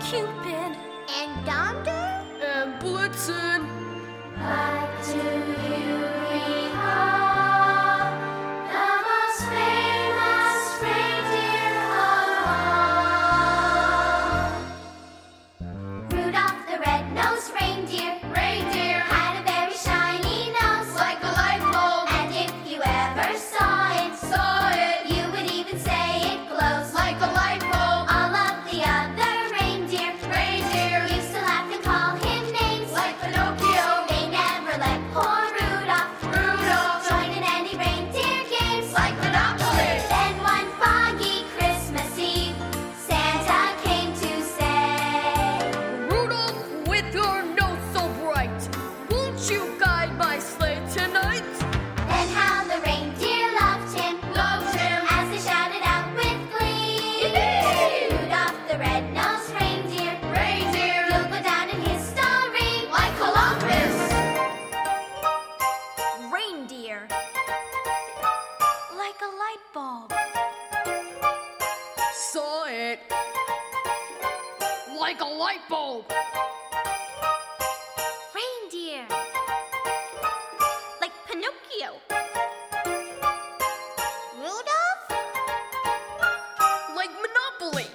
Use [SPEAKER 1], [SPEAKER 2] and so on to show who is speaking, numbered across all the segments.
[SPEAKER 1] Cupid
[SPEAKER 2] and Donder
[SPEAKER 3] and Blitzen.
[SPEAKER 4] But do you recall the most famous reindeer of all? Rudolph the red-nosed reindeer,
[SPEAKER 5] reindeer
[SPEAKER 4] had a very shiny nose,
[SPEAKER 5] like a light bulb,
[SPEAKER 4] and if you ever saw it,
[SPEAKER 5] saw it
[SPEAKER 4] you would even say it glows.
[SPEAKER 5] like a light bulb,
[SPEAKER 4] All of the other reindeer,
[SPEAKER 5] reindeer
[SPEAKER 4] used to laugh and call him names.
[SPEAKER 5] like Pinocchio,
[SPEAKER 4] They never let poor Rudolph
[SPEAKER 5] Rudolph,
[SPEAKER 4] join in any reindeer games.
[SPEAKER 5] like Monopoly.
[SPEAKER 4] Then one foggy Christmas Eve, Santa came to say,
[SPEAKER 3] Rudolph, with your nose so bright, won't you guide my sleigh tonight?
[SPEAKER 4] Then how the reindeer loved him,
[SPEAKER 5] Loved him
[SPEAKER 4] as they shouted out with glee.
[SPEAKER 5] Yippee!
[SPEAKER 4] Rudolph the red-nosed reindeer,
[SPEAKER 5] Reindeer.
[SPEAKER 4] you'll go down in history
[SPEAKER 5] like Columbus,
[SPEAKER 1] reindeer like a light bulb
[SPEAKER 3] Saw it. Like a light bulb.
[SPEAKER 1] reindeer like Pinocchio
[SPEAKER 2] Rudolph,
[SPEAKER 3] Like Monopoly.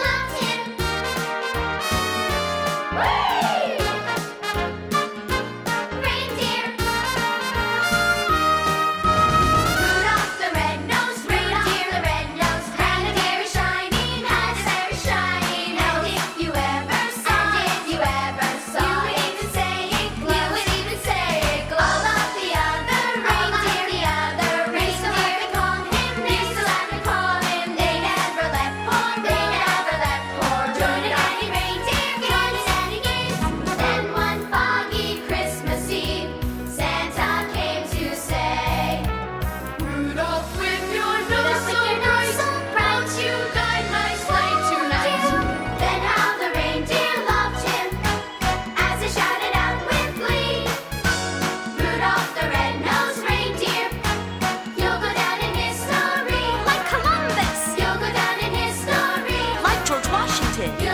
[SPEAKER 4] loved him. Reindeer. Rudolph the red-nosed reindeer, the red-nosed had a very shiny nose, very shiny nose. And if you ever saw, and if you ever saw, you would even say it glows. You would even say it glows. All of the other reindeer, the other reindeer, they call him names. They call him They never let poor, they never let poor join in any reindeer games, any games. Then one foggy Christmas Eve, Santa came to say.
[SPEAKER 5] Rudolph with your
[SPEAKER 4] Rudolph,
[SPEAKER 5] nose
[SPEAKER 4] with
[SPEAKER 5] so
[SPEAKER 4] your nose
[SPEAKER 5] bright,
[SPEAKER 4] so bright,
[SPEAKER 5] won't you guide my sleigh tonight?
[SPEAKER 4] Then how the reindeer loved him as he shouted out with glee. Rudolph the red-nosed reindeer, you'll go down in history.
[SPEAKER 1] like Columbus
[SPEAKER 4] You'll go down in history.
[SPEAKER 1] like George Washington
[SPEAKER 4] You'll